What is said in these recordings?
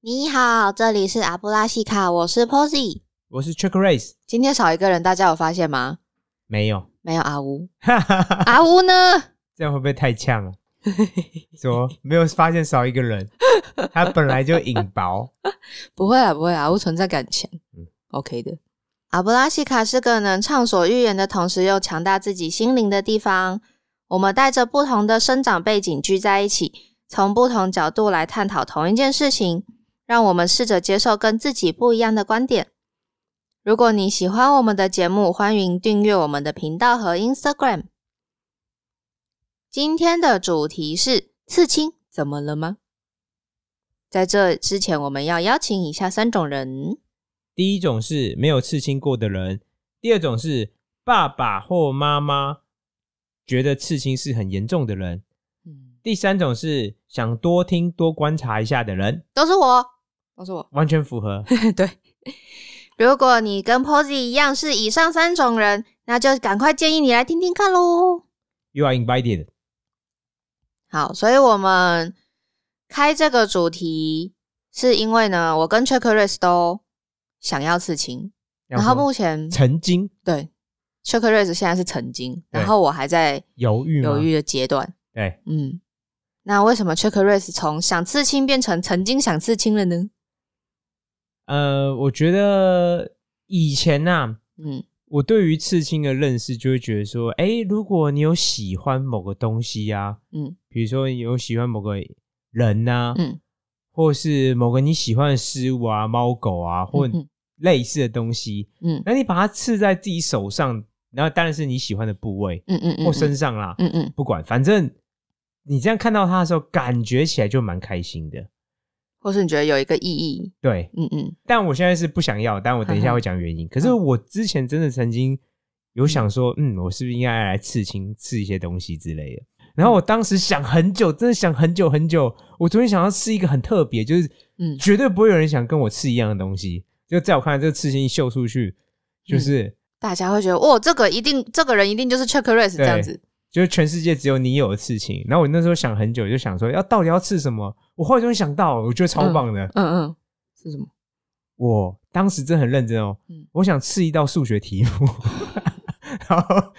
你好，这里是阿布拉西卡，我是 Posy。我是 Check Race，今天少一个人，大家有发现吗？没有， 没有阿乌，阿乌呢？ 这样会不会太呛了？啊说没有发现少一个人，他本来就引爆，不会啊，不会啊，阿乌存在感强、嗯 o k 的。阿布拉西卡是个能畅所欲言的同时又强大自己心灵的地方。我们带着不同的生长背景聚在一起，从不同角度来探讨同一件事情，让我们试着接受跟自己不一样的观点。如果你喜欢我们的节目，欢迎订阅我们的频道和 Instagram。今天的主题是刺青，怎么了吗？在这之前，我们要邀请以下三种人。第一种是没有刺青过的人，第二种是爸爸或妈妈觉得刺青是很严重的人，嗯，第三种是想多听多观察一下的人，都是我，都是我。完全符合。 对，如果你跟 Posy 一样是以上三种人，那就赶快建议你来听听看喽。 You are invited。好，所以我们开这个主题，是因为呢，我跟 Chuck r a c e 都想要刺青，然后目前曾经对 Chuck r a c e 现在是曾经，对然后我还在犹豫吗？犹豫的阶段。对，嗯，那为什么 Chuck Race 从想刺青变成曾经想刺青了呢？呃，我觉得以前啊呐、嗯我对于刺青的认识，就会觉得说，哎、如果你有喜欢某个东西啊，嗯比如说有喜欢某个人呐、嗯或是某个你喜欢的事物啊，猫狗啊，或嗯嗯类似的东西，嗯那你把它刺在自己手上，然后当然是你喜欢的部位嗯嗯嗯，或身上啦，嗯嗯，不管，反正你这样看到它的时候，感觉起来就蛮开心的。或是你觉得有一个意义？对，嗯嗯但我现在是不想要，但我等一下会讲原因。可是我之前真的曾经有想说，嗯，我是不是应该来刺青，刺一些东西之类的。然后我当时想很久，真的想很久很久。我昨天想要刺一个很特别，就是嗯绝对不会有人想跟我刺一样的东西。就在我看来，这个刺青一秀出去，就是、大家会觉得哦，这个一定，这个人一定就是 Chuck Race 这对样子。就是全世界只有你有的刺青。然后我那时候想很久，就想说要到底要刺什么。我后来终于想到了，我觉得超棒的。嗯嗯，是什么？我当时真的很认真哦，嗯我想刺一道数学题目， 然后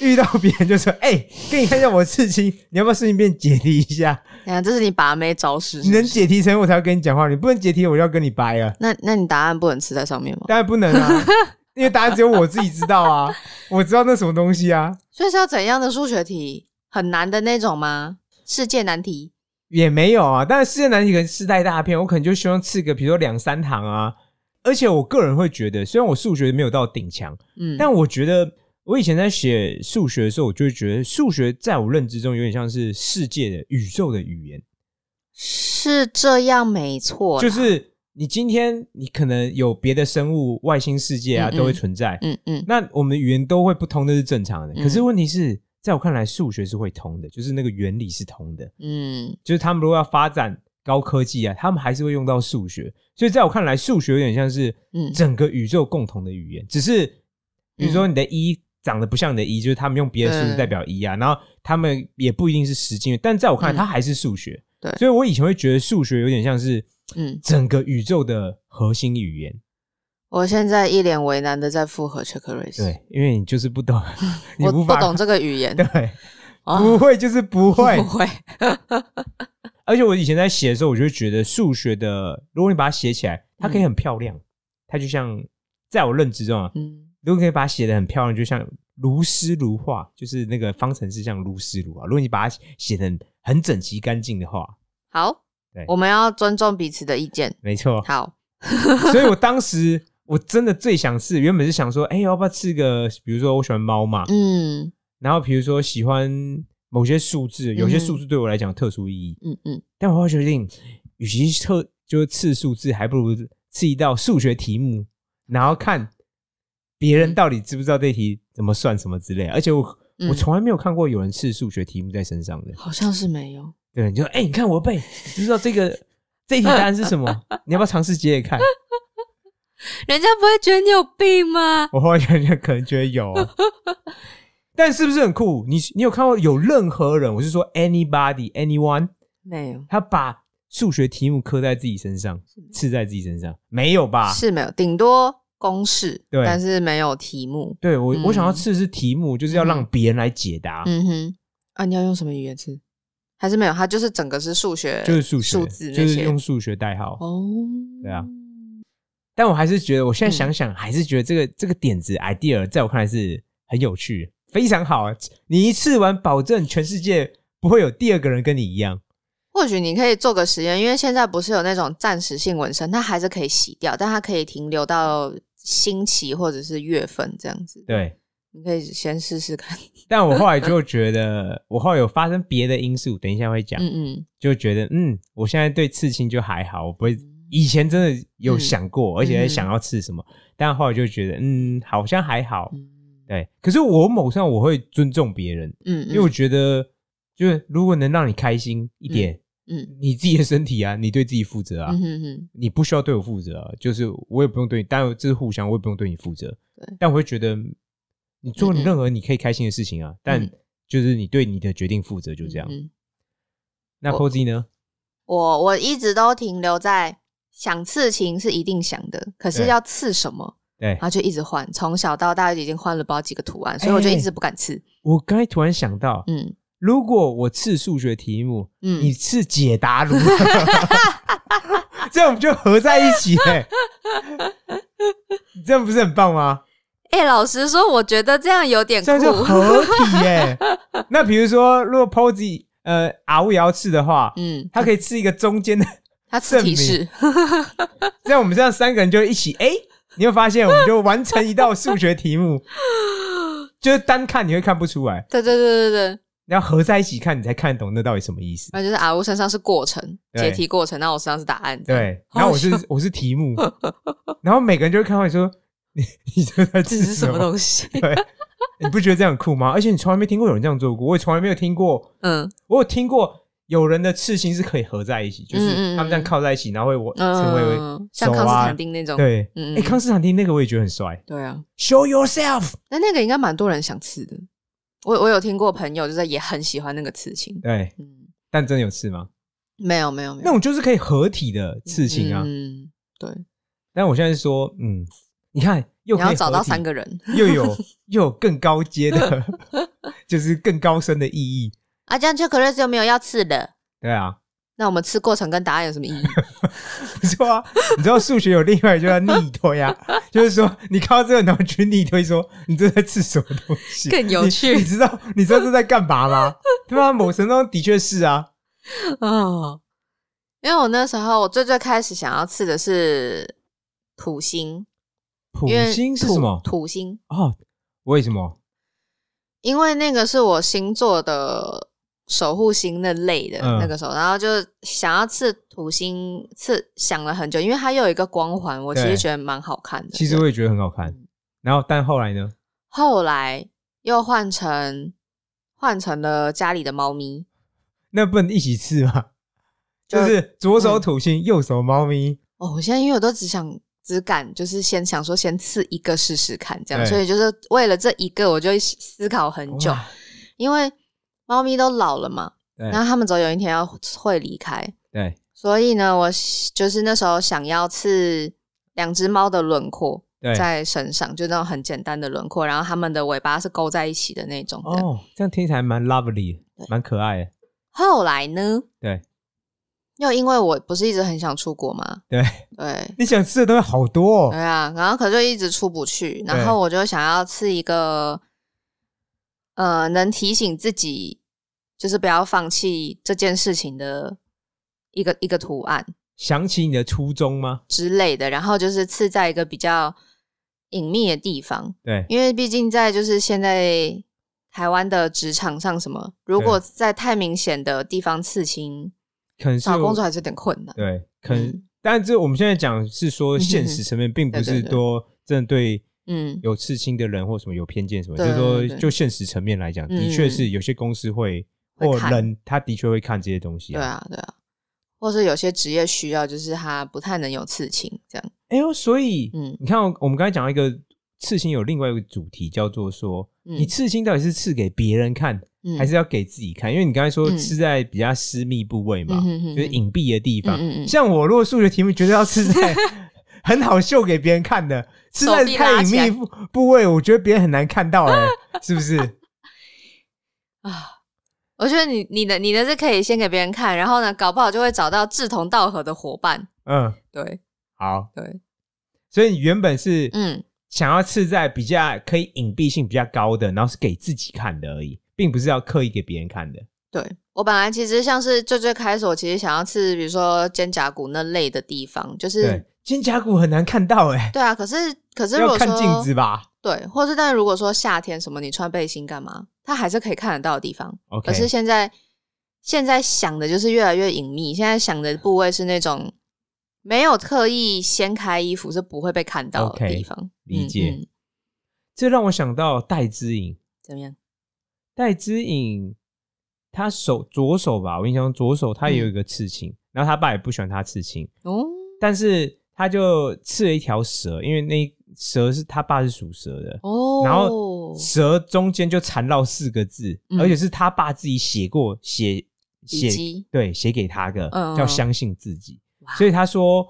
遇到别人就说：“哎、给你看一下我的刺青，你要不要顺便解题一下？等哎一下这是你把妹招式你是不是能解题成我才要跟你讲话，你不能解题我就要跟你掰了。那那你答案不能吃在上面吗？当然不能啊，因为答案只有我自己知道啊，我知道那什么东西啊，所以是要怎样的数学题？很难的那种吗？世界难题？也没有啊。但是世界难题可能世代大片，我可能就希望刺个，比如说两三堂啊。而且我个人会觉得，虽然我数学没有到顶强，嗯，但我觉得，我以前在写数学的时候，我就会觉得数学在我认知中有点像是世界的、宇宙的语言，是这样没错啦，就是你今天你可能有别的生物、外星世界啊嗯嗯都会存在，嗯嗯那我们的语言都会不通，那是正常的。嗯可是问题是在我看来，数学是会通的，就是那个原理是通的，嗯就是他们如果要发展高科技啊，他们还是会用到数学。所以在我看来，数学有点像是嗯整个宇宙共同的语言，只是比如说你的一、长得不像你的一，就是他们用别的数字嗯代表一啊，然后他们也不一定是实际，但在我看来，嗯它还是数学。对所以我以前会觉得数学有点像是嗯。整个宇宙的核心语言。我现在一脸为难的在复合 check race，，对，因为你就是 不懂，你我无不法懂这个语言， 对，啊不会就是不 会不。会，而且我以前在写的时候，我就会觉得数学的，如果你把它写起来，它可以很漂亮，它就像在我认知中啊，嗯嗯如果可以把它写的很漂亮，就像如诗如画，就是那个方程式像如诗如画。如果你把它写的很整齐干净的话，好对，我们要尊重彼此的意见。。没错 好，所以我当时我真的最想刺，原本是想说，哎、要不要刺个？比如说我喜欢猫嘛，嗯然后比如说喜欢某些数字，有些数字对我来讲有特殊意义，嗯嗯，但我会决定，与其特就是刺数字，还不如刺一道数学题目，然后看别人到底知不知道这题怎么算什么之类的。而且我、嗯我从来没有看过有人刺数学题目在身上的。好像是没有。对，你就说，哎、你看我背，你知不知道这个这一题答案是什么？你要不要尝试解解看？人家不会觉得你有病吗？我后来觉得可能觉得有哦、但是不是很酷？你你有看过有任何人，我是说 anybody anyone，没有，他把数学题目刻在自己身上，刺在自己身上，没有吧？是没有，顶多公式，啊对但是没有题目。对我，我想要嗯刺是题目，就是要让别人来解答。嗯哼，啊，你要用什么语言字？还是没有？它就是整个是数学，就是数学，数字就那是些。用数学代号。哦，对啊，但我还是觉得，我现在嗯想想，还是觉得这个这个点子 idea 在我看来是很有趣，非常好。你一次玩，保证全世界不会有第二个人跟你一样。或许你可以做个实验，因为现在不是有那种暂时性纹身，它还是可以洗掉，但它可以停留到星期或者是月份这样子。，对，你可以先试试看。但我后 来就觉得，我后来有发生别的因素，等一下会讲，嗯就觉得嗯，我现在对刺青就还好，我嗯不会。以前真的有想过，而且想要刺什么，但后来就觉得嗯，好像还好。嗯对，可是我某上我会尊重别人，嗯，因为我觉得，就是如果能让你开心一点，嗯你自己的身体啊，你对自己负责啊，嗯哼哼，你不需要对我负责、啊，就是我也不用对你，当然这是互相，我也不用对你负责对。但我会觉得，你做嗯嗯嗯任何你可以开心的事情啊，但就是你对你的决定负责，就这样。嗯嗯那我 Posy 呢？我我一直都停留在想刺青是一定想的，可是对要刺什么，对然后就一直换，从小到大已经换了不知道几个图案，所以我哎就一直不敢刺。我刚才突然想到，嗯如果我刺数学题目，嗯，你刺解答如何？ 这样我们就合在一起哎、 这样不是很棒吗？哎、老实说，我觉得这样有点酷这。样就合体耶、那比如说，如果 Posy 呃阿乌也要吃的话， 嗯，他可以吃一个中间的，他刺提示， 这样我们这样三个人就一起哎、你会发现我们就完成一道数学 题目，就是单看你会看不出来，对对对对对，你要合在一起看，你才看得懂那到底什么意思。那就是阿乌身上是过程解对题过程，那我身上是答案。对，然后我是我是题目，然后每个人就会看到你说你你这在这吃是 什么东西？ 对，你不觉得这样很酷吗？而且你从来没听过有人这样做过，我也从来没有听过，嗯我有听过有人的刺青是可以合在一起，就是嗯嗯他们这样靠在一起，然后会我成为、嗯，像康斯坦丁那种。对，哎、嗯嗯康斯坦丁那个我也觉得很帅对啊， ，Show yourself，那那个应该蛮多人想刺的。我我有听过朋友就是也很喜欢那个刺青。对，嗯，但真的有刺吗？没有没有没有那种就是可以合体的刺青啊，嗯，对，但我现在是说，嗯，你看又你可以要找合到体三个人又有 又有更高阶的， 就是更高深的意义。啊，这样就可乐就没有要刺的。对啊，那我们刺过程跟答案有什么意 义？不错啊。你知道数学有另外一个就叫逆推啊， 就是说你看到这个，然后去逆推说你这在吃什么东西，更有你趣你知道你知道这在干嘛 吗？对啊，某程度上的确是啊。哦，因为我那时候我最最开始想要刺的是土星，土因为星是土什么？土星，哦，为什么？因为那个是我星座的守护星那类的嗯那个时候，然后就想要刺土星，刺想了很久，因为它又有一个光环，我其对实觉得蛮好看的。其实我也觉得很好看。嗯然后，但后来呢？后来又换成换成了家里的猫咪，那不能一起吃吗？就就是左嗯手土星，右手猫咪。哦，我现在因为我都只想只敢，就是先想说先刺一个试试看，这样，对所以就是为了这一个，我就思考很久，哇因为猫咪都老了嘛，对然后它们总有一天要会离开，对，所以呢，我就是那时候想要刺两只猫的轮廓对在身上，就那种很简单的轮廓，然后它们的尾巴是勾在一起的那种的。哦，这样听起来蛮 lovely，的对蛮可爱的。后来呢，对又因为我不是一直很想出国吗？对，对，你想吃的东西好多对哦。啊，然后可就一直出不去，对然后我就想要吃一个，呃，能提醒自己就是不要放弃这件事情的一个一个图案想起你的初衷吗？之类的，然后就是刺在一个比较隐秘的地方，对，因为毕竟在就是现在台湾的职场上，什么如果在太明显的地方刺青，可能是找工作还是有点困难。对，可能嗯。但这我们现在讲是说现实层面，并不对对是对多真的对嗯，有刺青的人或什么有偏见什么，就对是对说对就现实层面来讲，的嗯确是有些公司会会或看人他的确会看这些东西。对，啊，对啊，或是有些职业需要，就是他不太能有刺青这样。哎呦，所以嗯你看哦，我们刚才讲到一个刺青有另外一个主题叫做说，嗯你刺青到底是刺给别人看，嗯，还是要给自己看，因为你刚才说嗯吃在比较私密部位嗯嘛，哼哼就是隐蔽的地方。嗯嗯嗯像我如果数学题目觉得要吃在 很好秀给别人看的，吃在手臂拉太隐起来秘部部位，我觉得别人很难看到哎、是不是？ 啊。我觉得你你的你的是可以先给别人看，然后呢，搞不好就会找到志同道合的伙伴。嗯，对好，对，所以你原本是嗯，想要刺在比较可以隐蔽性比较高的，然后是给自己看的而已，并不是要刻意给别人看的。对我本来其实像是最最开始，我其实想要吃，比如说肩胛骨那类的地方，就是对，肩胛骨很难看到哎、对啊。可是可是如要果看镜说子吧。对，或是但如果说夏天什么，你穿背心干嘛？它还是可以看得到的地方。 OK，可是现在现在想的就是越来越隐秘，现在想的部位是那种没有刻意掀开衣服是不会被看到的 OK，地方。理嗯解嗯这让我想到戴之颖，怎么样？戴之颖，他手左手吧，我印象中左手他也嗯有一个刺青，然后他爸也不喜欢他刺青，哦，但是他就刺了一条蛇，因为那蛇是他爸是属蛇的，哦，然后蛇中间就缠绕四个字，嗯而且是他爸自己写过写笔写记，对写给他的，嗯嗯叫嗯相信自己哇。所以他说，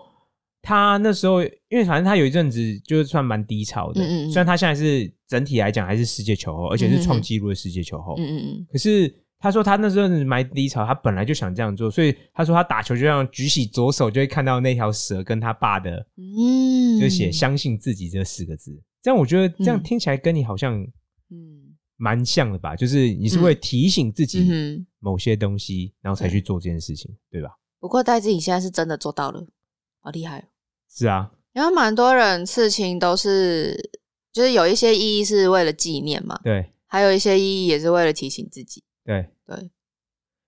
他那时候因为反正他有一阵子就是算蛮低潮的，嗯嗯嗯虽然他现在是整体来讲还是世界球后，而且是创纪录的世界球后，嗯嗯可是他说他那时候蛮低潮，他本来就想这样做，所以他说他打球就这样举起左手就会看到那条蛇跟他爸的，嗯，就写“相信自己”这四个字。这样我觉得这样嗯听起来跟你好像嗯蛮像的吧？就是你是会提醒自嗯己哼。某些东西，然后才去做这件事情，对吧？不过戴志颖现在是真的做到了，好厉害哦！是啊，因为蛮多人刺青都是，就是有一些意义是为了纪念嘛，对还有一些意义也是为了提醒自己。对对。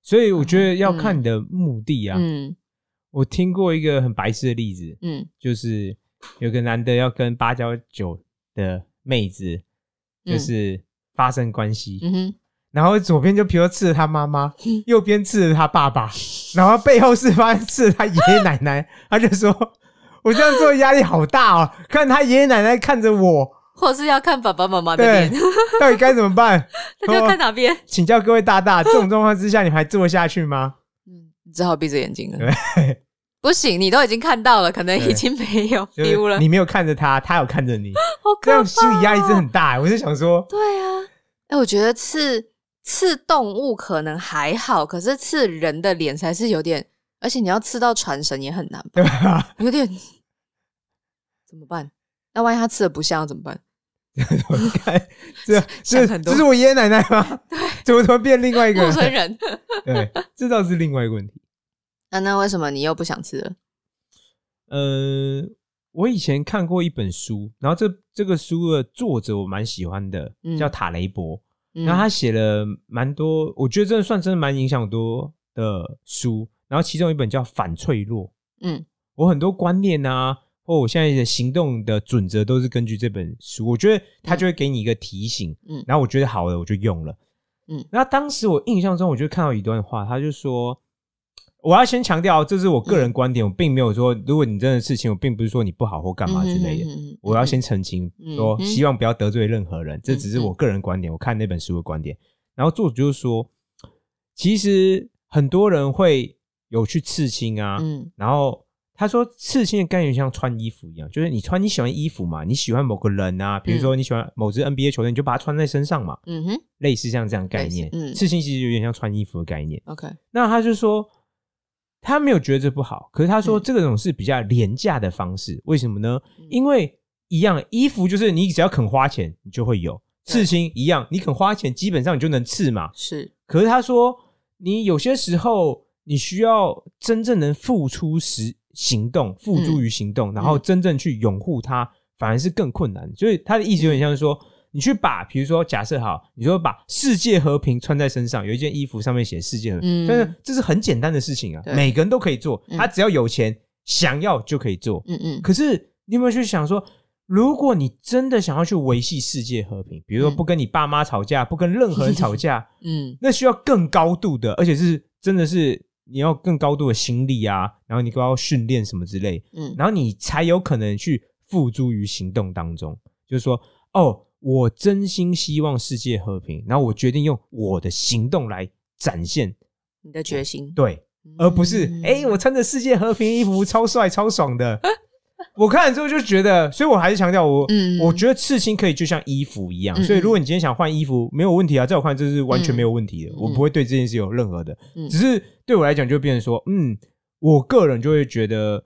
所以我觉得要看你的目的啊。嗯我听过一个很白痴的例子，嗯就是有个男的要跟八加九的妹子，嗯就是发生关系，嗯哼，然后左边就比如说刺了他妈妈，右边刺了他爸爸，然后背后是发刺了他爷爷奶奶，他就说：“我这样做压力好大哦，看他爷爷奶奶看着我，或是要看爸爸妈妈的对脸，，？” 到底该怎么办 那就看哪 边。请教各位大大，这种状况之下你们还做得下去 吗？嗯，只好闭着眼睛了对。不行，你都已经看到了，可能对已经没有 就 feel 是了，你没有看着他，他有看着你， 好可这怕、哦样心理压力真的很大、欸我就想说， 对啊，哎、我觉得刺刺动物可能还好，可是刺人的脸才是有点，而且你要刺到传神也很难吧，对吧？有点怎么办？那万一他刺的不像要怎么办？我看这想这很多这是我爷爷奶奶吗？ 怎么突然变另外一个陌生人？人。 对，这倒是另外一个问题。那那为什么你又不想吃了？呃，我以前看过一本书，然后这这个书的作者我蛮喜欢的，嗯叫塔雷伯。嗯然后他写了蛮多，我觉得真的算真的蛮影响我多的书。然后其中一本叫《反脆弱》，嗯我很多观念啊，或我现在的行动的准则都是根据这本书。我觉得它就会给你一个提醒，嗯然后我觉得好了，我就用了，嗯。那当时我印象中，我就看到一段话，他就说，我要先强调，这是我嗯个人观点，我并没有说，如果你真的事情，我并不是说你不好或干嘛之类的。嗯哼哼哼我要先嗯澄清，嗯说嗯希望不要得罪任何人，这只是我个人观点，我看那本书的观点。然后作者就说，其实很多人会有去刺青啊，嗯然后他说，刺青的概念像穿衣服一样，就是你穿你喜欢的衣服嘛，你喜欢某个人啊，比如说你喜欢某支 NBA 球员，你就把它穿在身上嘛，嗯哼类似像这样的概念。类似嗯刺青其实有点像穿衣服的概念。 ，OK，那他就说，他没有觉得这不好，可是他说嗯这个种是比较廉价的方式，为什么呢嗯？因为一样衣服就是你只要肯花钱，你就会有对刺青一样，你肯花钱，基本上你就能刺嘛。是，可是他说，你有些时候你需要真正能付出实行动，付诸于行嗯动，然后真正去拥护它，反而是更困难。所以他的意思有点像是说，你去把，比如说假设好，你说把世界和平穿在身上，有一件衣服上面写世界和嗯平，但是这是很简单的事情啊对，每个人都可以做，嗯他只要有钱，想要就可以做。嗯嗯可是你有没有去想说，如果你真的想要去维系世界和平，比如说嗯不跟你爸妈吵架，不跟任何人吵架。 嗯那需要更高度的，而且是真的是你要更高度的心力啊，然后你都要训练什么之类，嗯然后你才有可能去付诸于行动当中。就是说，哦，我真心希望世界和平，然后我决定用我的行动来展现，你的决心，对，而不是嗯哎、诶我穿着世界和平衣服超帅超爽的。我看了之后就觉得，所以我还是强调我，嗯我觉得刺青可以就像衣服一样，嗯所以如果你今天想换衣服，没有问题啊，在我看这是完全没有问题的，嗯我不会对这件事有任何的，嗯只是对我来讲就变成说，嗯，我个人就会觉得，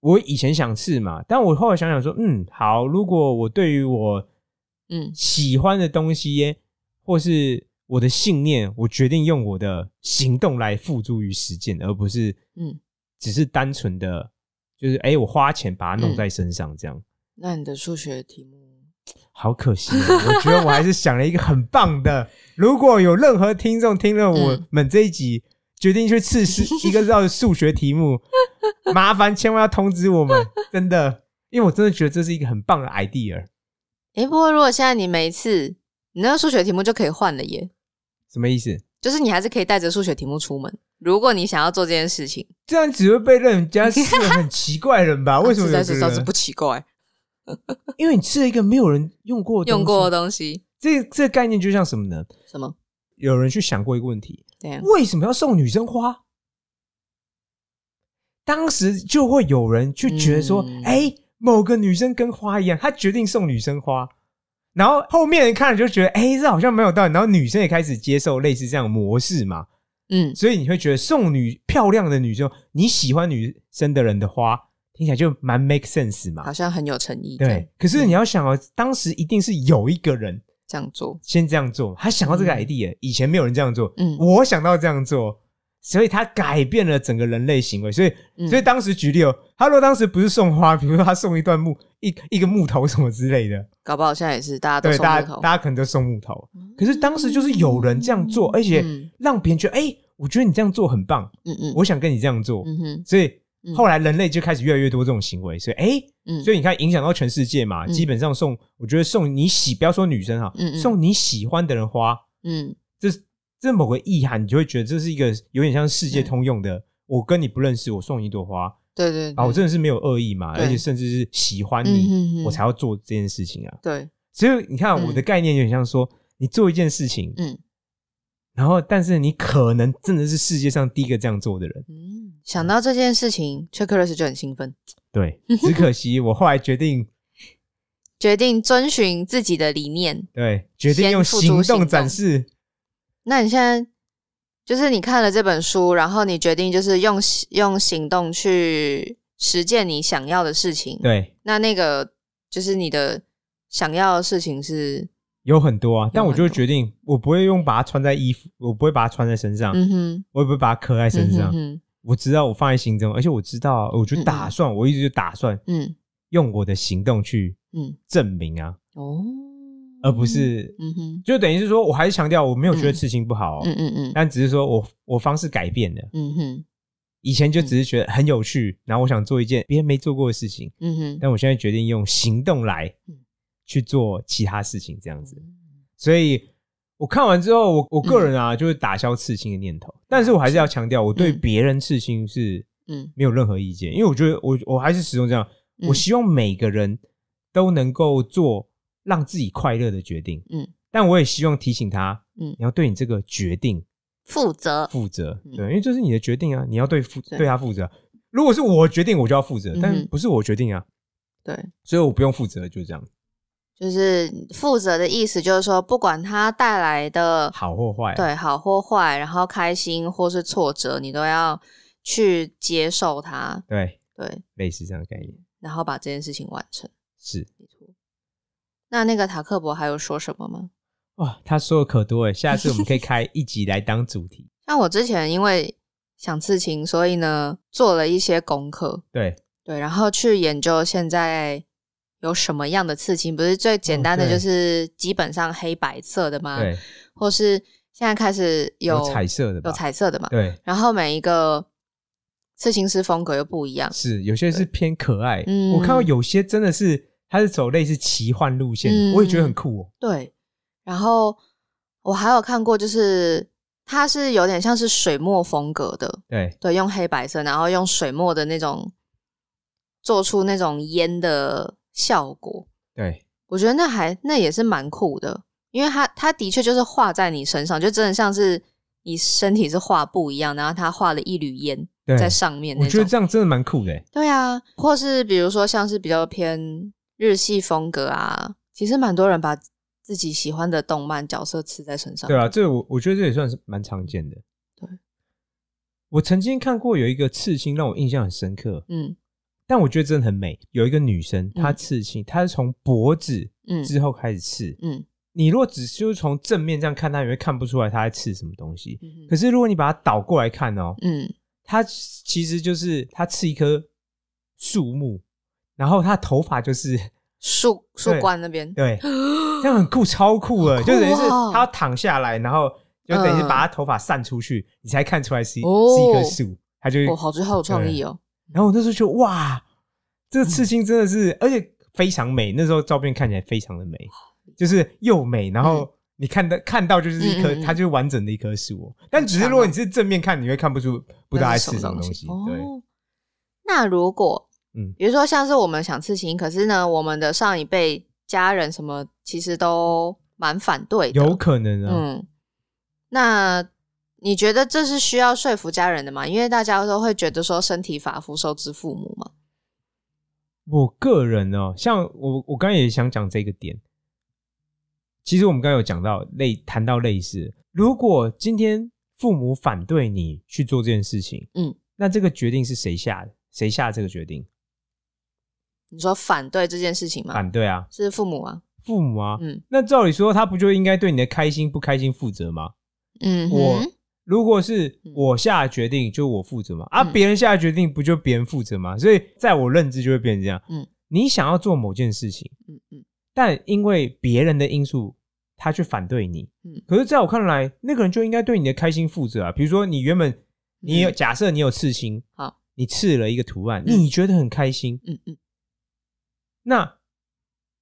我以前想刺嘛，但我后来想想说，嗯，好，如果我对于我嗯喜欢的东西，或是我的信念，我决定用我的行动来付诸于实践，而不是嗯，只是单纯的，就是哎、诶我花钱嗯把它弄在身上，这样、那你的数学题目，好可惜、哦。我觉得我还是想了一个很棒的。 如果有任何听众听了我嗯们这一集，决定去试试一个道的数学题 目，麻烦千万要通知我们，真的，因为我真的觉得这是一个很棒的 idea。诶，不过如果现在你每次你那个数学题目就可以换了耶，什么意思？就是你还是可以带着数学题目出门，如果你想要做这件事情，这样只会被人家是很奇怪的 人吧？啊为什么啊实有在这哦是个倒是人不奇怪，因为你吃了一个没有人用过的东西用过的东西这这个概念就像什么呢？什么有人去想过一个问题：这样，为什么要送女生花？当时就会有人去觉得说嗯：“哎、某个女生跟花一样，她决定送女生花。”然后后面人看了就觉得：“哎、这好像没有道理。”然后女生也开始接受类似这样的模式嘛，嗯所以你会觉得送女漂亮的女生，你喜欢女生的人的花，听起来就蛮 make sense 嘛好。嗯像很有诚意，对，，可是你要想哦，当时一定是有一个人这样做，先这样做，他想到这个嗯 idea，、以前没有人这样做，嗯我想到这样做，所以他改变了整个人类行为，所以，嗯所以当时举例哦，他如果当时不是送花，比如说他送一段木一一个木头什么之类的，搞不好现在也是大家都对，哦送木大家头，大家可能都送木头，可是当时就是有人这样做，而且嗯让别人觉得，哎、我觉得你这样做很棒，嗯嗯，我想跟你这样做，嗯哼，所以嗯后来人类就开始越来越多这种行为，所以哎、嗯，所以你看，影响到全世界嘛。嗯基本上送，我觉得送你喜，不要说女生哈，嗯嗯送你喜欢的人花，嗯这这某个意涵，你就会觉得这是一个有点像嗯世界通用的。我跟你不认识，我送你一朵花对对啊，我真这的是没有恶意嘛，嗯对而且甚至是喜欢嗯嗯你嗯，我才要做这件事情啊。对，所以你看，啊嗯我的概念有点像说，你做一件事情，嗯然后但是你可能真的是世界上第一个这样做的人。嗯，想到这件事情 c h e c k l i s 就很兴奋， 对，只可惜我后来决定，决定遵循自己的理念。对，决定用先付诸行行动动嗯展示。那你现在就是你看了这本书，然后你决定就是用用行动去实践你想要的事情。，对，那那个就是你的想要的事情是，有很多啊，但我很就会多决定，我不会用把它穿在衣服，我不会把它穿在身上，嗯哼，我也不会把它刻在身上。嗯哼我知道我放在心中，而且我知道，呃我就打算，我一直就打算嗯用我的行动去嗯证明啊，哼哦，而不，是、嗯哼，就等于是说，我还是强调，我没有觉得嗯事情不好、哦，嗯嗯嗯但只是说我我方式改变了。嗯哼，以前嗯就只是觉得很有趣，然后我想做一件别人没做过的事情，嗯哼，但我现在决定用行动来嗯去做其他事情，这样子。所以我看完之后，我我嗯个人啊，就是打消刺青的念头。但是我还是要强调，我对嗯别人刺青是嗯没有任何意见，因为我觉得我我还是始终这样，嗯我希望每个人都能够做让自己快乐的决定。嗯，但我也希望提醒他，嗯你要对你这个决定负责，负责，嗯对，因为这是你的决定啊，你要对负对对他负责。如果是我决定，我就要负责嗯，哼但不是我决定啊，对，所以我不用负责，就这样，就是负责的意思，就是说不管它带来的好或坏啊，对好或坏，然后开心或是挫折，你都要去接受它，对，对，类似这样的概念然后把这件事情完成。是。那那个塔克伯还有说什么吗？哇，他说的可多哎，下次我们可以开一集来当主题。像我之前因为想刺青，所以呢做了一些功课， 对，对，然后去研究现在有什么样的刺青，不是最简哦单的对就是基本上黑白色的吗？对，或是现在开始啊有有彩色的吧，有彩色的嘛？对，然后每一个刺青师风格又不一样，是有些是偏可爱。嗯我看到有些真的是，他是走类似奇幻路线，嗯我也觉得很酷哦。对。然后我还有看过，就是它是有点像是水墨风格的，对，对，用黑白色，然后用水墨的那种做出那种烟的效果。对，我觉得那还那也是蛮酷的，因为它它的确就是画在你身上，就真的像是你身体是画布一样，然后它画了一缕烟对，在上面我那觉种得。这样真的蛮酷的欸。对啊，或是比如说像是比较偏日系风格啊，其实蛮多人把自己喜欢的动漫角色刺在身上。对啊，这我我觉得这也算是蛮常见的。对，我曾经看过有一个刺青让我印象很深刻，嗯但我觉得真的很美。有一个女生，嗯她刺青，她是从脖子嗯之后开始刺。嗯你若只就是从正面这样看，她你会看不出来她在刺什么东西。嗯可是如果你把它倒过来看哦，嗯她其实就是她刺一棵树木，然后她头发就是树树对，冠那边 对，这样很酷，超酷的，好酷就等于是哦嗯他要躺下来，然后就等于是把他头发散出去，你才看出来是一、哦是一棵树，他就、哦，好好有创意哦。然后我那时候就哇，这个嗯刺青真的是，而且非常美，那时候照片看起来非常的美，就是又美，然后你看到、看到就是一棵，嗯嗯嗯嗯它就是完整的一棵树哦，但只是如果你是正面看，你会看不出不知道那它是刺什什么么东西，对，哦，那如果嗯比如说像是我们想刺青，可是呢，我们的上一辈家人什么其实都蛮反对的，有可能啊，嗯，那你觉得这是需要说服家人的吗？因为大家都会觉得说身体发肤受之父母嘛。我个人哦，像我我刚才也想讲这个点。其实我们刚才有讲到类谈到类似，如果今天父母反对你去做这件事情，嗯，那这个决定是谁下的？谁下这个决定？你说反对这件事情吗？反对啊，是父母啊，父母啊。嗯那照理说，他不就应该对你的开心不开心负责吗？嗯哼，我如果是嗯我下的决定，就我负责嘛。啊，嗯别人下的决定不就别人负责吗？所以在我认知就会变成这样。嗯，你想要做某件事情。嗯嗯但因为别人的因素，他去反对你。嗯可是在我看来，那个人就应该对你的开心负责啊。比如说，你原本你有、嗯假设你有刺青，好，你刺了一个图案，嗯你觉得很开心。嗯嗯那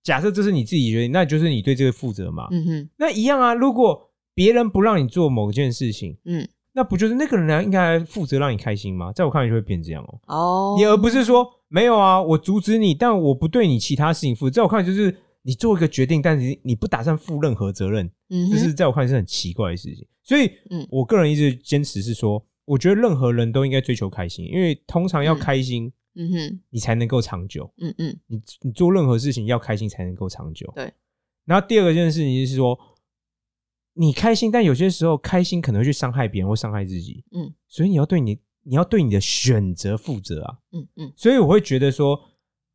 假设这是你自己决定，那就是你对这个负责嘛。嗯哼，那一样啊，如果别人不让你做某件事情，嗯，那不就是那个人啊应该负责让你开心吗？在我看来就会变这样哦、哦，你而不是说没有啊，我阻止你，但我不对你其他事情负责。在我看来，就是你做一个决定，但是你不打算负任何责任，嗯这哼是在我看来是很奇怪的事情。所以嗯，我个人一直坚持是说，我觉得任何人都应该追求开心，因为通常要嗯开心，嗯哼，你才能够长久。嗯嗯你你做任何事情要开心才能够长久。对。然后第二个件事情是说，你开心，但有些时候开心可能会去伤害别人或伤害自己。嗯，所以你要对你你要对你的选择负责啊。嗯嗯所以我会觉得说，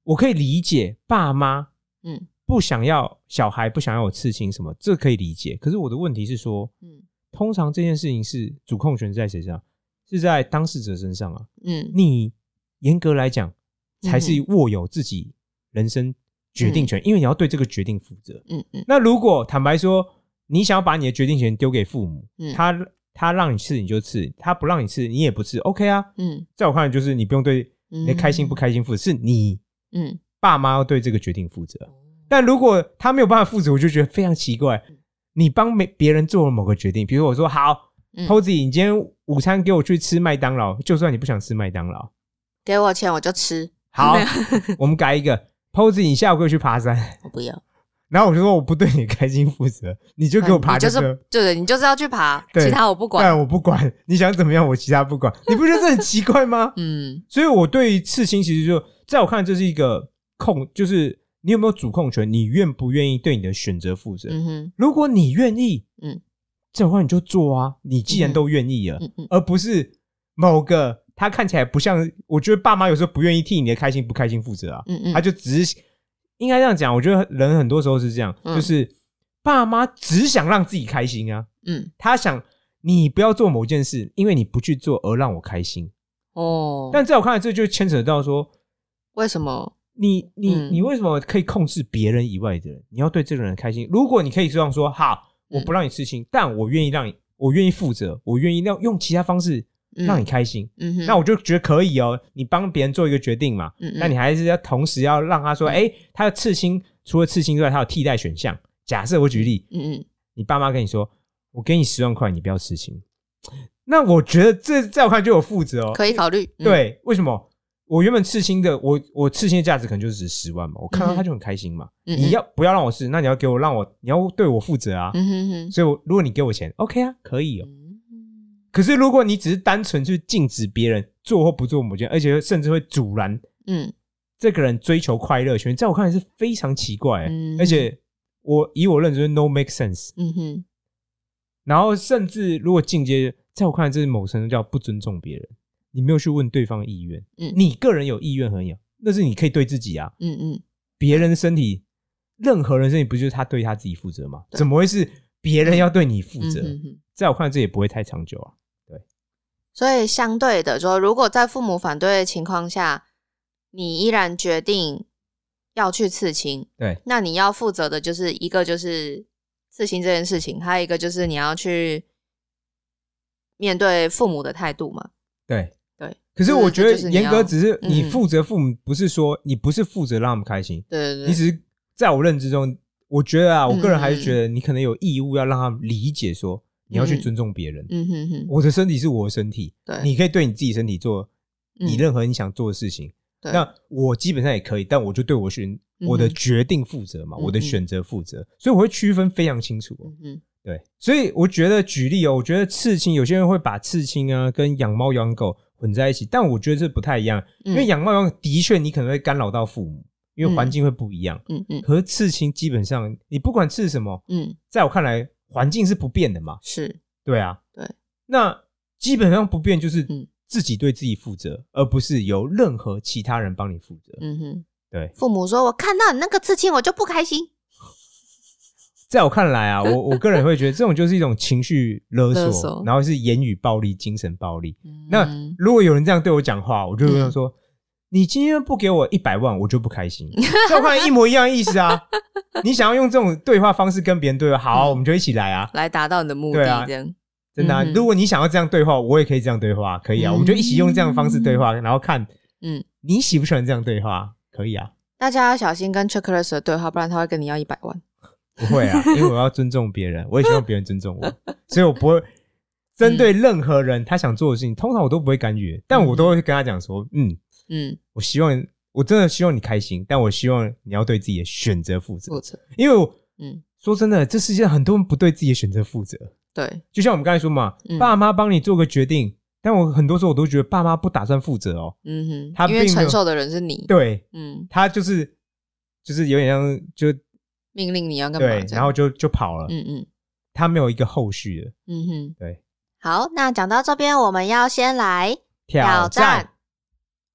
我可以理解爸妈嗯不想要小孩不想要有刺青什么，这可以理解。可是我的问题是说，嗯通常这件事情是主控权是在谁身上？是在当事者身上啊。嗯，你严格来讲，嗯才是握有自己人生决定权，因为你要对这个决定负责。嗯嗯那如果坦白说，你想要把你的决定权丢给父母，嗯他他让你吃你就吃，他不让你吃你也不吃，OK 啊？嗯在我看来，就是你不用对嗯，你的开心不开心负责，是你嗯，爸妈要对这个决定负哦责。但如果他没有办法负责，我就觉得非常奇怪。你帮没别人做了某个决定，比如我说好嗯 p o z y 你今天午餐给我去吃麦当劳，就算你不想吃麦当劳，给我钱我就吃，好， 我们改一个 p o z y 你下午给我去爬山， 我不要，然后我就说我不对你开心负责，你就给我嗯爬你就这个，是对，你就是要去爬，对啊其他我不管。但我不管你想怎么样，我其他不管，你不觉得这很奇怪吗？ 嗯所以我对于刺青其实就在我看来，这是一个控，就是你有没有主控权，你愿不愿意对你的选择负责？嗯哼，如果你愿意，嗯嗯，这块你就做啊。你既然都愿意了，嗯嗯而不是某个他看起来不像，我觉得爸妈有时候不愿意替你的开心不开心负责啊，嗯嗯，他就只是应该这样讲。我觉得人很多时候是这样，嗯就是爸妈只想让自己开心啊，嗯他想你不要做某件事，因为你不去做而让我开心。哦，但在我看来，这就牵扯到说，为什么？你你嗯你为什么可以控制别人以外的人？你要对这个人开心。如果你可以这样说，好，我嗯不让你刺青，但我愿意让你，我愿意负责，我愿意让用其他方式嗯让你开心，嗯哼，那我就觉得可以哦。你帮别人做一个决定嘛，嗯嗯那你还是要同时要让他说，哎、他的刺青除了刺青之外，他有替代选项。假设我举例，嗯嗯你爸妈跟你说，我给你十万块，你不要刺青，那我觉得这在我看来就有负责哦。可以考虑，嗯，对，为什么？我原本刺青的，我我刺青的价值可能就是值十万嘛，我看到嗯他哼就很开心嘛。嗯你要不要让我试？那你要给我让我，你要对我负责啊。嗯哼哼，所以我，如果你给我钱，OK 啊，可以哦。嗯可是如果你只是单纯去禁止别人做或不做某件，而且甚至会阻拦嗯这个人追求快乐权，在我看来是非常奇怪、欸嗯而且我以我认知，no make sense。嗯哼，然后甚至如果进阶，在我看来，这是某程度叫不尊重别人。你没有去问对方的意愿，嗯你个人有意愿很有，那是你可以对自己啊。嗯嗯，别人的身体，任何人身体不就是他对他自己负责吗？对怎么会是别人要对你负嗯责？哼哼在我看来，这也不会太长久啊。所以相对的说，如果在父母反对的情况下，你依然决定要去刺青，对，那你要负责的就是一个就是刺青这件事情，还有一个就是你要去面对父母的态度嘛。对对。可是就是我觉嗯得这就是你要严格只是嗯你负责父母，不是说你不是负责让他们开心，对对你对，只是在我认知中，我觉得啊，我个人还是嗯觉得你可能有义务要让他们理解说你要去嗯尊重别人。嗯哼哼，我的身体是我的身体，对，你可以对你自己身体做你嗯任何你想做的事情。对那我基本上也可以，但我就对我选嗯哼我的决定负责嘛，嗯我的选择负责，所以我会区分非常清楚哦、嗯哼对，所以我觉得举例哦，我觉得刺青，有些人会把刺青啊跟养猫养狗混在一起，但我觉得这不太一样，因为嗯养猫养狗的确你可能会干扰到父母，因为环境会不一样。嗯嗯可是刺青基本上你不管刺什么，嗯，在我看来环境是不变的嘛。是，对啊，对。那基本上不变就是嗯自己对自己负责，而不是由任何其他人帮你负责。嗯哼，对，父母说我看到你那个刺青我就不开心，在我看来啊，我我个人会觉得这种就是一种情绪勒索，勒索然后是言语暴力、精神暴力。那如果有人这样对我讲话，我就会嗯说。你今天不给我一百万，我就不 开心。在我看来一模一样的意思啊！你想要用这种对话方式跟别人对话，好，嗯我们就一起来啊！来达到你的目对啊的，这样，真的、啊，嗯哼如果你想要这样对话，我也可以这样对话，可以啊，嗯我们就一起用这样的方式对话，然后看，嗯嗯，你喜不喜欢这样对话？可以啊，大家要小心跟 Checklist 的对话，不然他会跟你要一百万。不 会啊，因为我要尊重别人，我也希望别人尊重我，所以 我不会针对任何人他想做的事情，通常我都不会干预，但我都会跟他讲说，嗯，嗯，我希望我真的希望你开心，但我希望你要对自己的选择负责负，责。因为我嗯，说真的，这世界上很多人不对自己的选择负责，对，就像我们刚才说嘛，嗯爸妈帮你做个决定，但我很多时候我都觉得爸妈不打算负责哦。嗯哼，他因为并没有承受的人是你，对嗯，他就是就是有点像就命令你要干嘛？对，这样然后，就就跑了，嗯嗯他没有一个后续的嗯哼，对。好，那讲到这边，我们要先来挑战。。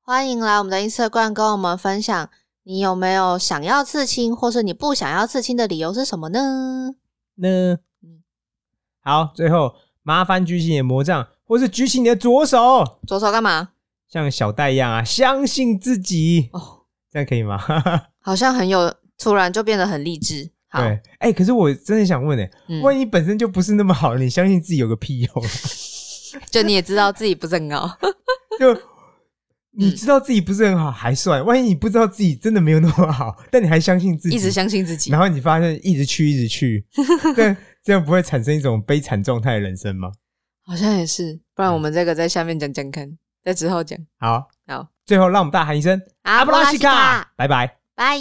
欢迎来我们的 Instagram 跟我们分享，你有没有想要刺青，或是你不想要刺青的理由是什么呢？呢？嗯好，最后麻烦举起你的魔杖，或是举起你的左手，左手干嘛？像小戴一样啊，相信自己，哦，这样可以吗？ 好像很有，突然就变得很励志。好，对，哎、可是我真的想问、哎、嗯万一本身就不是那么好，你相信自己有个屁用？ 就你也知道自己不是很好。嗯就你知道自己不是很好还算，万一你不知道自己真的没有那么好，但你还相信 自己，一直相信自己然。后你发现一直去，一直 去，但这样不会产生一种悲惨状态的人生吗？好像也是，不嗯然我们这个在下面讲讲看，在之后讲。好，好，最后让我们大喊一声阿布拉西卡，拜拜。拜。